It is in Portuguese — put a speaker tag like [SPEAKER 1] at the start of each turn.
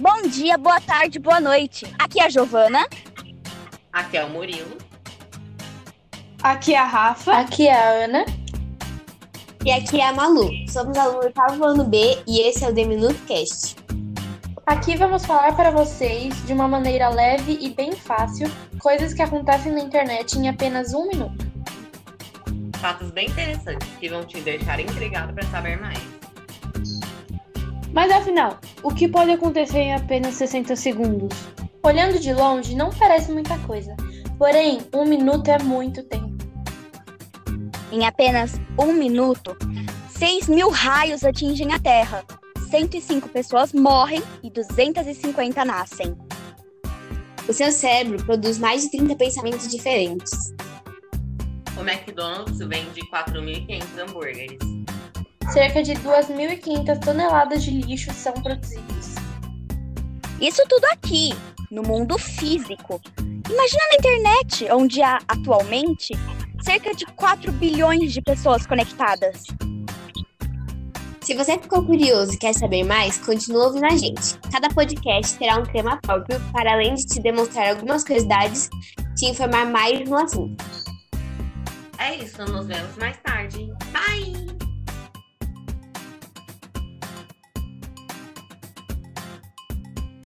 [SPEAKER 1] Bom dia, boa tarde, boa noite. Aqui é a Giovana.
[SPEAKER 2] Aqui é o Murilo.
[SPEAKER 3] Aqui é a Rafa.
[SPEAKER 4] Aqui é a Ana.
[SPEAKER 5] E aqui é a Malu. Somos alunos do oitavo ano B e esse é o The Minuto Cast.
[SPEAKER 4] Aqui vamos falar para vocês, de uma maneira leve e bem fácil, coisas que acontecem na internet em apenas um minuto.
[SPEAKER 2] Fatos bem interessantes que vão te deixar intrigado para saber mais.
[SPEAKER 3] Mas afinal, o que pode acontecer em apenas 60 segundos?
[SPEAKER 4] Olhando de longe, não parece muita coisa, porém, um minuto é muito tempo.
[SPEAKER 1] Em apenas um minuto, 6 mil raios atingem a Terra, 105 pessoas morrem e 250 nascem.
[SPEAKER 5] O seu cérebro produz mais de 30 pensamentos diferentes.
[SPEAKER 2] O McDonald's vende 4.500 hambúrgueres.
[SPEAKER 4] Cerca de 2.500 toneladas de lixo são produzidos.
[SPEAKER 1] Isso tudo aqui, no mundo físico. Imagina na internet, onde há, atualmente, cerca de 4 bilhões de pessoas conectadas.
[SPEAKER 5] Se você ficou curioso e quer saber mais, continue ouvindo a gente. Cada podcast terá um tema próprio, para além de te demonstrar algumas curiosidades, te informar mais no assunto.
[SPEAKER 2] É isso, nos vemos mais tarde. Bye!